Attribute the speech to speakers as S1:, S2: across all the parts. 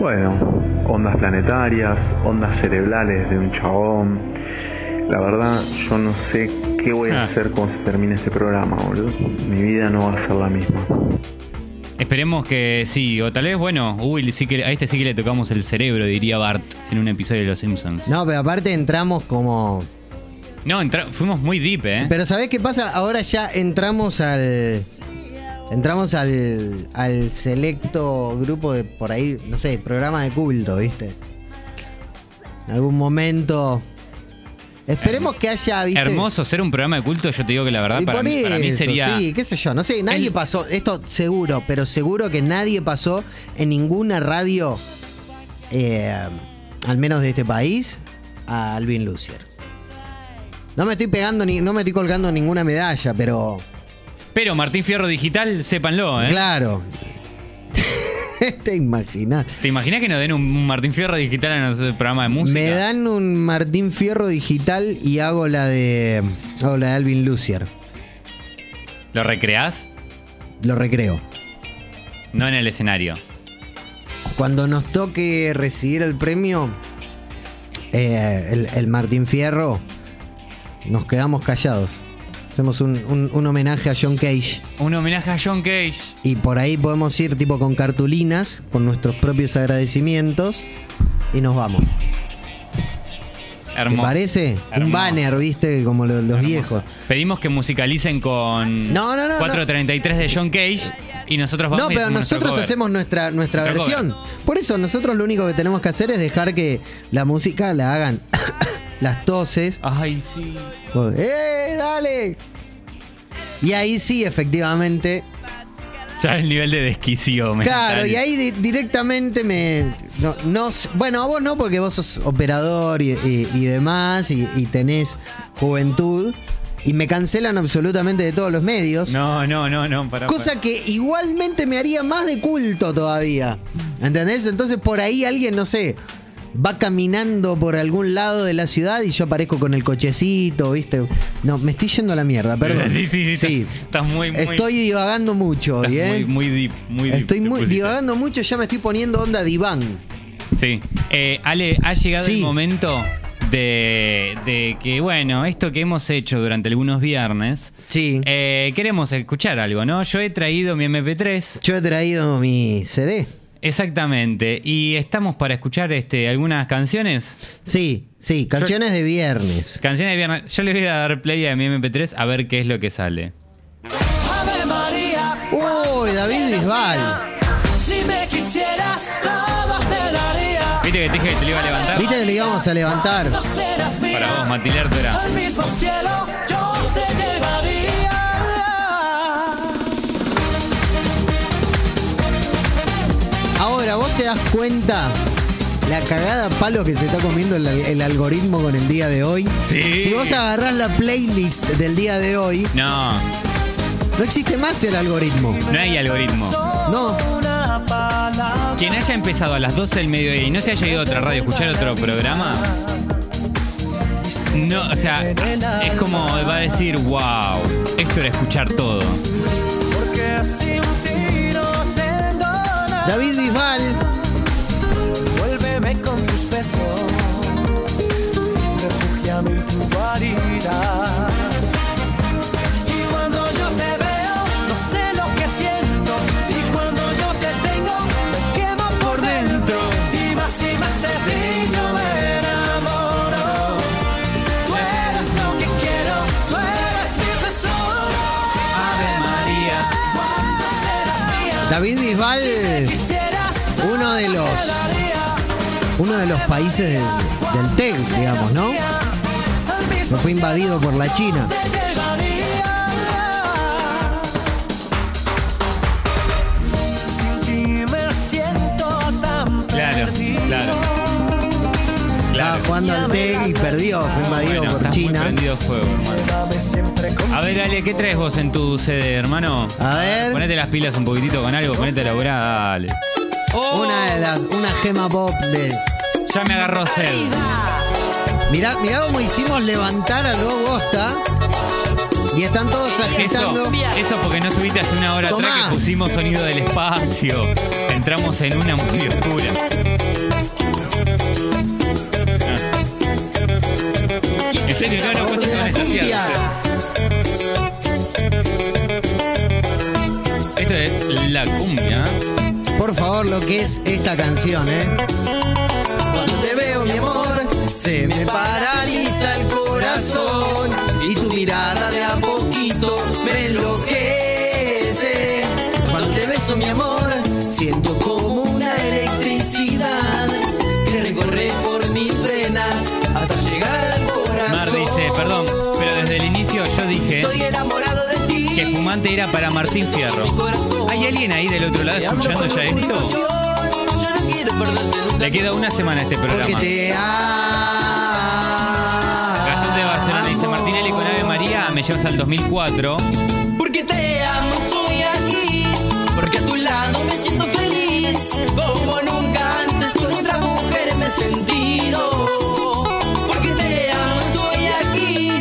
S1: Bueno, ondas planetarias, ondas cerebrales de un chabón. La verdad, yo no sé qué voy a
S2: Ah.
S1: hacer cuando se termine este programa, boludo. Mi vida no va a ser la misma.
S2: Esperemos que sí, o tal vez, bueno, uy, sí que- a este sí que le tocamos el cerebro, diría Bart en un episodio de Los Simpsons.
S3: No, pero aparte entramos como.
S2: No, entra- fuimos muy deep, ¿eh?
S3: Pero ¿sabés qué pasa? Ahora ya entramos al. Entramos al, al selecto grupo de por ahí, no sé, programa de culto, ¿viste? En algún momento. Esperemos que haya, ¿viste?
S2: Eh, Hermoso ser un programa de culto, yo te digo que la verdad,
S3: Y
S2: Ah, para
S3: por
S2: mí, para mí
S3: eso,
S2: sería...
S3: Sí, qué sé yo, no sé, nadie
S2: El-
S3: pasó, esto seguro, pero seguro que nadie pasó en ninguna radio, eh, al menos de este país, a Alvin Lucier. No me estoy pegando ni, no me estoy colgando ninguna medalla, pero
S2: Pero Martín Fierro Digital, sépanlo, ¿eh?
S3: claro. Te imaginas.
S2: ¿Te imaginas que nos den un Martín Fierro Digital en nuestro programa de música?
S3: Me dan un Martín Fierro digital y hago la de hago la de Alvin Lucier.
S2: ¿Lo recreás?
S3: Lo recreo.
S2: No en el escenario.
S3: Cuando nos toque recibir el premio, eh, el, el Martín Fierro, nos quedamos callados. Hacemos un, un- un homenaje a John Cage.
S2: Un homenaje a John Cage.
S3: Y por ahí podemos ir tipo con cartulinas, con nuestros propios agradecimientos. Y nos vamos. ¿Te
S2: Hermoso.
S3: parece? Un
S2: Hermoso.
S3: banner, viste, como lo- los,
S2: Hermoso.
S3: viejos.
S2: Pedimos que musicalicen con
S3: No, no, no,
S2: 433 de John Cage y nosotros vamos
S3: No,
S2: y
S3: pero
S2: hacemos nuestro
S3: nosotros
S2: cover.
S3: hacemos nuestra, nuestra
S2: Nuestro
S3: versión. Por eso nosotros lo único que tenemos que hacer es dejar que la música la hagan las toses.
S2: Ay, sí.
S3: Vos, ¡Eh, dale! Y ahí sí, efectivamente.
S2: Ya el nivel de desquicio. me
S3: Claro,
S2: sale.
S3: y ahí di- directamente me. No, no s- bueno, a vos no, porque vos sos operador y, y- y demás, y, y tenés juventud, y me cancelan absolutamente de todos los medios.
S2: No, no, no, no. Para,
S3: Cosa que igualmente me haría más de culto todavía. ¿Entendés? Entonces por ahí alguien, no sé, va caminando por algún lado de la ciudad y yo aparezco con el cochecito, ¿viste? No, me estoy yendo a la mierda, perdón.
S2: Sí, sí, sí.
S3: Sí.
S2: Estás, estás muy, muy.
S3: Estoy divagando mucho
S2: estás
S3: hoy,
S2: muy,
S3: ¿eh?
S2: muy deep. Muy deep
S3: estoy
S2: te
S3: muy
S2: pusiste.
S3: divagando mucho, ya me estoy poniendo onda diván.
S2: Sí. Eh, Ale, ha llegado
S3: Sí.
S2: el momento de, de que, bueno, esto que hemos hecho durante algunos viernes.
S3: Sí.
S2: eh, queremos escuchar algo, ¿no? Yo he traído mi MP3.
S3: Yo he traído mi CD.
S2: Exactamente. Y estamos para escuchar este, algunas canciones.
S3: Sí, sí, canciones de viernes.
S2: Canciones de viernes. Yo le voy a dar play a mi MP3 a ver qué es lo que sale.
S4: Ave María.
S3: Uy, David Bisbal.
S4: Si me quisieras, todo te daría.
S2: ¿Viste que te dije que te lo iba a levantar?
S3: ¿Viste que le íbamos a levantar?
S4: No serás mía.
S2: Para vos, Mati Lertora.
S4: Al mismo cielo yo te llevaría.
S3: Ahora, ¿vos te das cuenta la cagada palo que se está comiendo el, el algoritmo con el día de hoy?
S2: Sí.
S3: Si vos agarrás la playlist del día de hoy,
S2: No,
S3: no existe más el algoritmo.
S2: no hay algoritmo.
S3: No,
S4: Una palabra.
S2: Quien haya empezado a las 12 del mediodía y no se haya ido a otra radio a escuchar otro programa, no, o sea, es como va a decir, wow, esto era escuchar todo.
S4: Porque sin ti no tengo nada.
S3: David Bisbal,
S4: Vuélveme con tus besos. Refugiame en tu guarida. Y cuando yo te veo, no sé lo que siento. Y cuando yo te tengo, me quemo por dentro. Y más y más de ti yo me enamoro. Tú eres lo que quiero, tú eres mi tesoro. Ave María, ¿cuándo serás mía?
S3: David Bisbal,
S4: Quisieras
S3: uno de los, uno de los países del, del TEC, digamos, ¿no? No fue invadido por la China.
S2: Claro, claro.
S3: Estaba jugando al TEC y perdió, fue invadido
S2: Bueno,
S3: por
S2: estás muy
S3: China.
S2: prendido a fuego, hermano. A ver, Ale, ¿qué traes vos en tu CD, hermano?
S3: A ver.
S2: Ponete las pilas un poquitito con algo, ponete a laburar, dale. ¡Oh!
S3: Una de las, una gema pop de.
S2: Ya me agarró sed.
S3: Mirá, mirá cómo hicimos levantar al Go Gosta. Y están todos agitando.
S2: Eso, eso porque no subiste hace una hora atrás
S3: Tomá.
S2: que pusimos sonido del espacio. Entramos en una muy oscura.
S3: es esta canción, ¿eh? Cuando te veo, mi amor, se me paraliza el corazón y tu mirada de a poquito me enloquece. Cuando te beso, mi amor, siento como una electricidad que recorre por mis venas hasta llegar al corazón.
S2: Mar dice, perdón, pero desde el inicio yo dije
S3: Estoy enamorado de ti.
S2: que fumante era para Martín Fierro. ¿Hay alguien ahí del otro lado escuchando ya esto?
S4: Yo no quiero perderte nunca.
S2: Le queda una semana a este programa.
S3: Porque te
S2: Gastón de Barcelona dice Martinelli con Ave María, me llevas al 2004.
S4: Porque te amo, estoy aquí. Porque a tu lado me siento feliz. Como nunca antes con otra mujer me he sentido. Porque te amo, estoy aquí.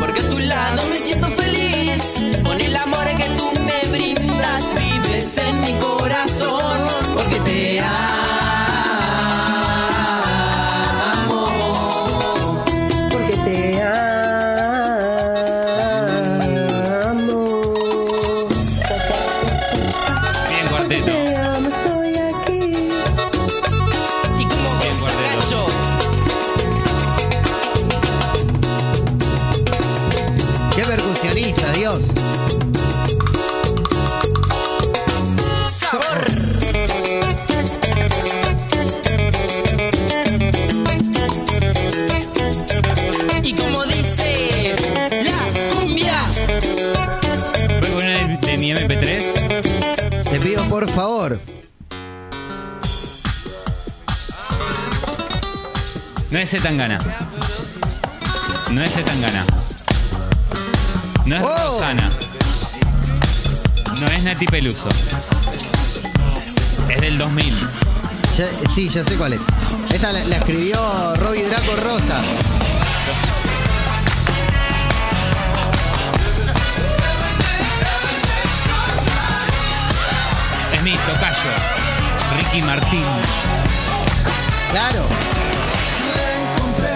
S4: Porque a tu lado me siento feliz. Con el amor que tú me brindas, vives en mi corazón. Porque te amo.
S3: Porque te amo.
S2: Bien cuarteto.
S4: Y como
S2: Bien,
S4: goza,
S2: Guardiola.
S4: cacho.
S3: Qué percusionista, Dios.
S4: Sabor. Y como dice la cumbia,
S2: Voy con una de mi MP3.
S3: Te pido por favor.
S2: No es Zetangana. No es Zetangana. No es
S3: Oh.
S2: Rosana. No es Nati Peluso. Es del 2000.
S3: Ya- sí, ya sé cuál es. Esta la, la escribió Robbie Draco Rosa.
S2: Es mi tocayo. Ricky Martín.
S3: Claro.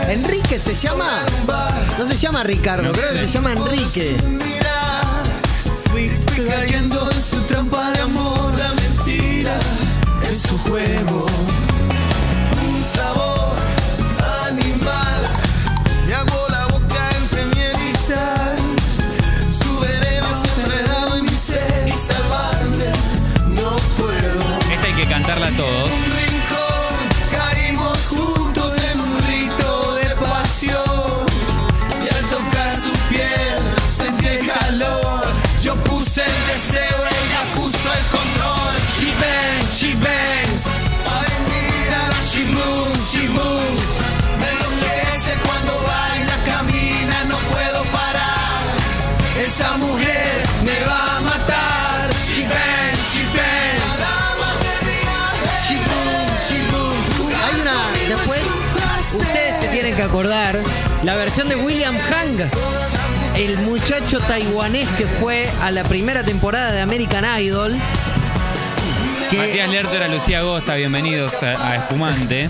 S3: Enrique se llama. No se llama Ricardo,
S2: No
S3: creo
S2: sé.
S3: que se llama Enrique.
S4: fui cayendo en su trampa de amor, la mentira en su juego. Un sabor animal, me hago la boca entre miel y sal. Su veneno se ha enredado en mi ser y salvarme no puedo.
S2: Esta Este hay que cantarla a todos.
S4: rincón caímos juntos en un rito de pasión y al tocar su piel sentí el calor yo puse el deseo ella puso el control she bends she bends ay mira she moves she moves me enloquece cuando baila camina no puedo parar esa mujer me va a matar she bends she bends
S3: Hay una. Después, ustedes se tienen que acordar. La versión de William Hang. El muchacho taiwanés que fue a la primera temporada de American Idol.
S2: Matías Lertora, Lucía Agosta, bienvenidos a, a Espumante.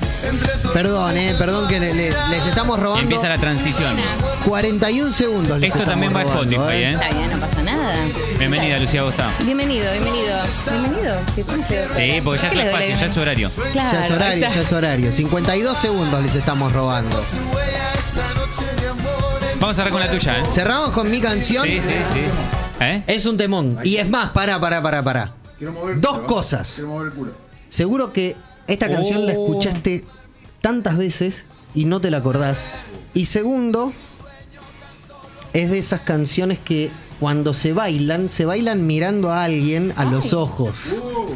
S3: Perdón, eh, perdón que le- les estamos
S2: Y
S3: robando
S2: empieza la transición.
S3: 41 segundos. les
S2: Esto
S3: estamos
S2: también va a
S3: robando,
S2: Spotify,
S3: eh.
S2: ¿eh?
S5: Está bien, no pasa nada.
S2: Bienvenida, Lucía Agosta.
S5: Bienvenido, bienvenido. Bienvenido. Qué tan feo.
S2: Sí, porque ya es
S5: ¿Qué
S2: su
S5: le duele?
S2: espacio, ya es su horario.
S5: Claro,
S3: Ya es horario,
S5: ahí está.
S3: ya es horario. 52 segundos les estamos robando.
S2: Vamos a cerrar con la tuya, ¿eh?
S3: Cerramos con mi canción.
S2: Sí, sí, sí. ¿Eh?
S3: Es un temón. Y es más, para, para, para, para.
S6: Quiero mover el
S3: Dos
S6: culo, ¿eh?
S3: cosas.
S6: Quiero mover el culo.
S3: Seguro que esta canción
S2: Oh.
S3: la escuchaste tantas veces y no te la acordás. Y segundo, es de esas canciones que cuando se bailan, se bailan mirando a alguien a los ojos.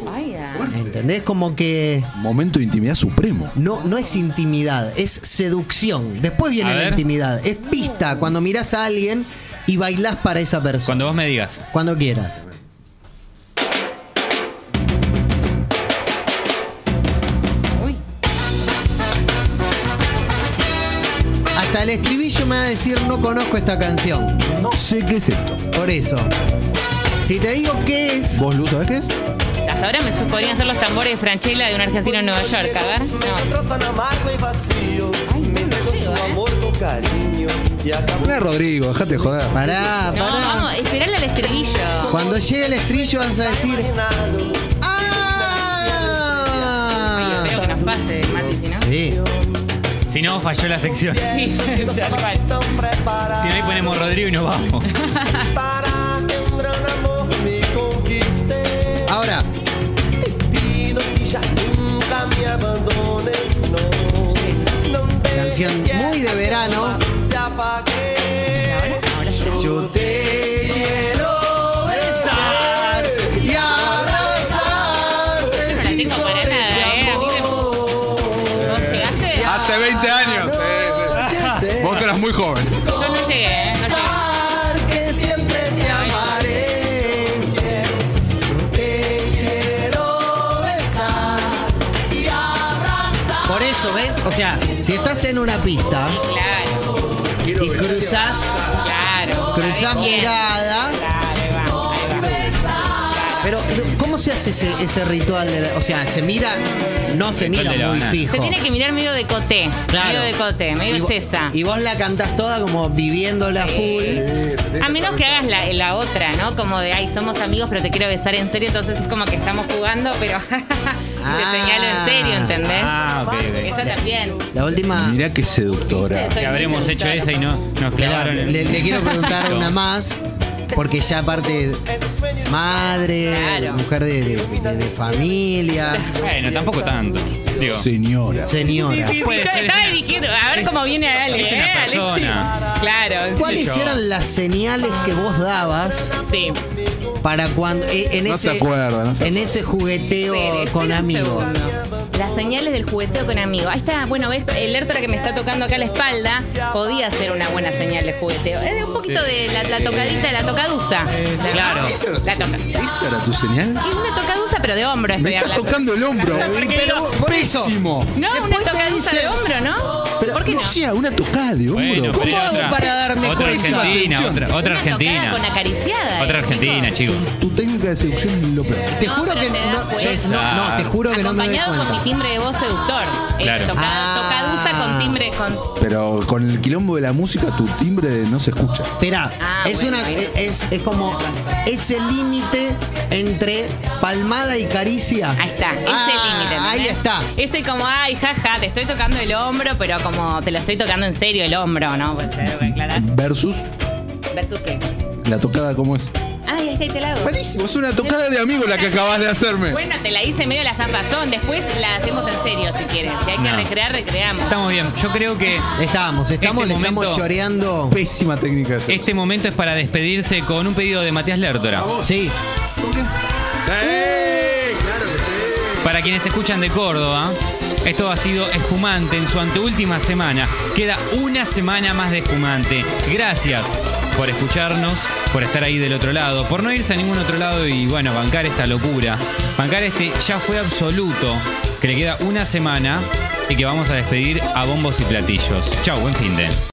S5: Vaya.
S3: ¿Entendés? Como que
S6: Momento de intimidad supremo.
S3: no, no es intimidad, es seducción. Después
S2: A
S3: viene la
S2: ver.
S3: intimidad. Es pista cuando mirás a alguien y bailás para esa persona.
S2: Cuando vos me digas.
S3: Cuando quieras.
S5: Uy.
S3: Hasta el estribillo me va a decir no conozco esta canción.
S6: No sé qué es esto.
S3: Por eso. Si te digo qué es,
S6: ¿Vos, Luz, sabés qué es?
S5: Hasta ahora me su- podrían ser los tambores de Franchella de un argentino en Nueva York. A ver. No.
S7: tan amargo y vacío.
S5: Ay, no,
S7: Me negó
S5: no llego,
S7: su
S5: ¿eh?
S7: amor con cariño. Y acabó
S6: Hola, Rodrigo, dejate de joder.
S3: pará,
S5: No, vamos,
S3: pará.
S5: esperale al estribillo.
S3: Cuando llegue el estribillo vas a decir
S7: imaginado.
S3: ¡Ah!
S5: hace Mati, si no.
S3: Sí.
S2: Si no, falló la sección.
S5: Sí, tal cual.
S7: Están preparados
S2: Si no, ahí ponemos Rodrigo y nos vamos.
S7: para que un gran amor me conquiste.
S3: Ahora,
S7: Te pido que ya nunca me abandones, no. No dejes
S3: Canción
S7: que
S3: muy de
S7: esta
S3: verano.
S7: llama Se apague.
S3: yo te quiero besar y abrazar preciso
S5: tengo para
S3: de
S5: nada,
S3: este
S5: eh, a mí me-
S3: amor.
S5: ¿Vos llegaste?
S3: Ya
S6: Hace 20 años. eh, eh.
S3: anochece.
S6: Vos eras muy joven.
S5: Yo no llegué, eh, no llegué.
S3: pensar que siempre te amaré. Yo te quiero besar y abrazar. Por eso, ¿ves? O sea, si estás en una pista
S5: Claro,
S3: y cruzas,
S5: claro.
S3: cruzas
S5: Ahí bien.
S3: mirada.
S5: Claro, ahí va, ahí va.
S3: Pero, ¿cómo se hace ese, ese ritual? de la- o sea, se mira, no se mira
S2: de la
S3: muy
S2: banana.
S3: fijo.
S5: Se tiene que mirar medio de coté. Medio de coté,
S3: y,
S5: medio
S3: vo-
S5: sesa.
S3: y vos la cantás toda como viviéndola full.
S5: A menos que hagas la, la otra, ¿no? Como de, ay, somos amigos, pero te quiero besar en serio, entonces es como que estamos jugando, pero te señalo en serio, ¿entendés?
S2: Ah, ok, ok.
S5: Eso también.
S3: La última.
S6: Ah. Mirá qué seductora.
S5: Soy
S2: Que habremos
S5: muy
S2: hecho
S5: seductora.
S2: esa y no nos clavaron.
S3: Le,
S2: en-
S3: le- le quiero preguntar una más, porque ya aparte madre,
S5: Claro.
S3: mujer de, de- de- de familia,
S2: Bueno, tampoco tanto. Digo,
S6: Señora.
S3: señora.
S2: puede
S5: Yo
S2: ser.
S5: estaba dirigiendo, a ver cómo viene Ale,
S2: es
S5: ¿eh?
S2: una
S5: Alexis.
S2: persona.
S5: Claro, sí.
S3: ¿Cuáles eran las señales que vos dabas
S5: Sí.
S3: para cuando eh, en
S6: No se
S3: ese
S6: acuerda, no se
S3: en ese jugueteo
S5: Espere, espere
S3: con
S5: un
S3: amigos?
S5: segundo. Las señales del jugueteo con amigos. Ahí está, bueno, ves, el Hértora que me está tocando acá la espalda podía ser una buena señal de jugueteo. Es de un poquito de la, la tocadita, de la tocaduza. La-
S3: Claro.
S6: ¿Esa
S5: La toca.
S6: era, ¿Esa era tu señal?
S5: Es una tocaduza, pero de hombro estoy
S6: Me está
S5: hablando.
S6: tocando el hombro.
S3: Y pero
S6: Pero
S3: por eso,
S6: pésimo.
S5: No, una
S3: Después te
S5: tocaduza
S3: dice-
S5: de hombro, ¿no?
S6: Pero
S5: ¿Por qué no?
S6: no sea una tocada de hombro.
S2: Bueno,
S6: ¿Cómo
S2: pero
S3: hago
S2: otra-
S3: para darme
S2: Otra
S3: cuenta?
S2: Argentina, otra, otra
S5: Una tocada
S2: Argentina.
S5: con acariciada.
S2: Otra
S5: ¿eh,
S2: Argentina,
S5: chicos?
S2: chicos.
S6: Tu técnica de seducción es lo peor.
S3: te
S5: No,
S3: juro
S5: pero
S3: que
S5: te das
S3: no, yo-
S5: cuenta.
S3: no, no, te juro que no me doy
S5: Acompañado con mi
S3: cuenta.
S5: timbre de voz seductor. Es
S2: Claro.
S5: tocada-
S3: Ah.
S5: Tocaduza con timbre. Con,
S6: Pero con el quilombo de la música, tu timbre de- no se escucha.
S3: Esperá,
S5: Ah,
S3: es
S5: bueno,
S3: una
S5: ahí no sé.
S3: es, es como ese límite entre palmada y caricia.
S5: Ahí está, ese
S3: Ah,
S5: límite. ¿entendés?
S3: Ahí está.
S5: Ese como, ay, jaja, te estoy tocando el hombro, pero como te lo estoy tocando en serio el hombro, ¿no? Pues, te debo aclarar.
S6: Versus
S5: ¿Versus qué?
S6: la tocada, ¿cómo es?
S5: Ay, ahí está, ahí te la hago.
S6: Buenísimo, es una tocada de amigo la que acabas de hacerme.
S5: Bueno, te la hice medio la zambazón, después la hacemos en serio si quieren. Si hay que
S2: No.
S5: recrear, recreamos.
S2: Estamos bien. Yo creo que
S3: Estábamos, estamos,
S2: Este
S3: le estamos
S2: momento-
S3: choreando.
S6: Pésima técnica de seducción.
S2: este momento es para despedirse con un pedido de Matías Lertora.
S3: Sí.
S6: ¡Eh! Claro que sí.
S2: Para quienes escuchan de Córdoba, esto ha sido espumante en su anteúltima semana. Queda una semana más de espumante. Gracias por escucharnos, por estar ahí del otro lado, por no irse a ningún otro lado y bueno, bancar esta locura. Bancar este ya fue absoluto, que le queda una semana y que vamos a despedir a bombos y platillos. Chau, buen fin de.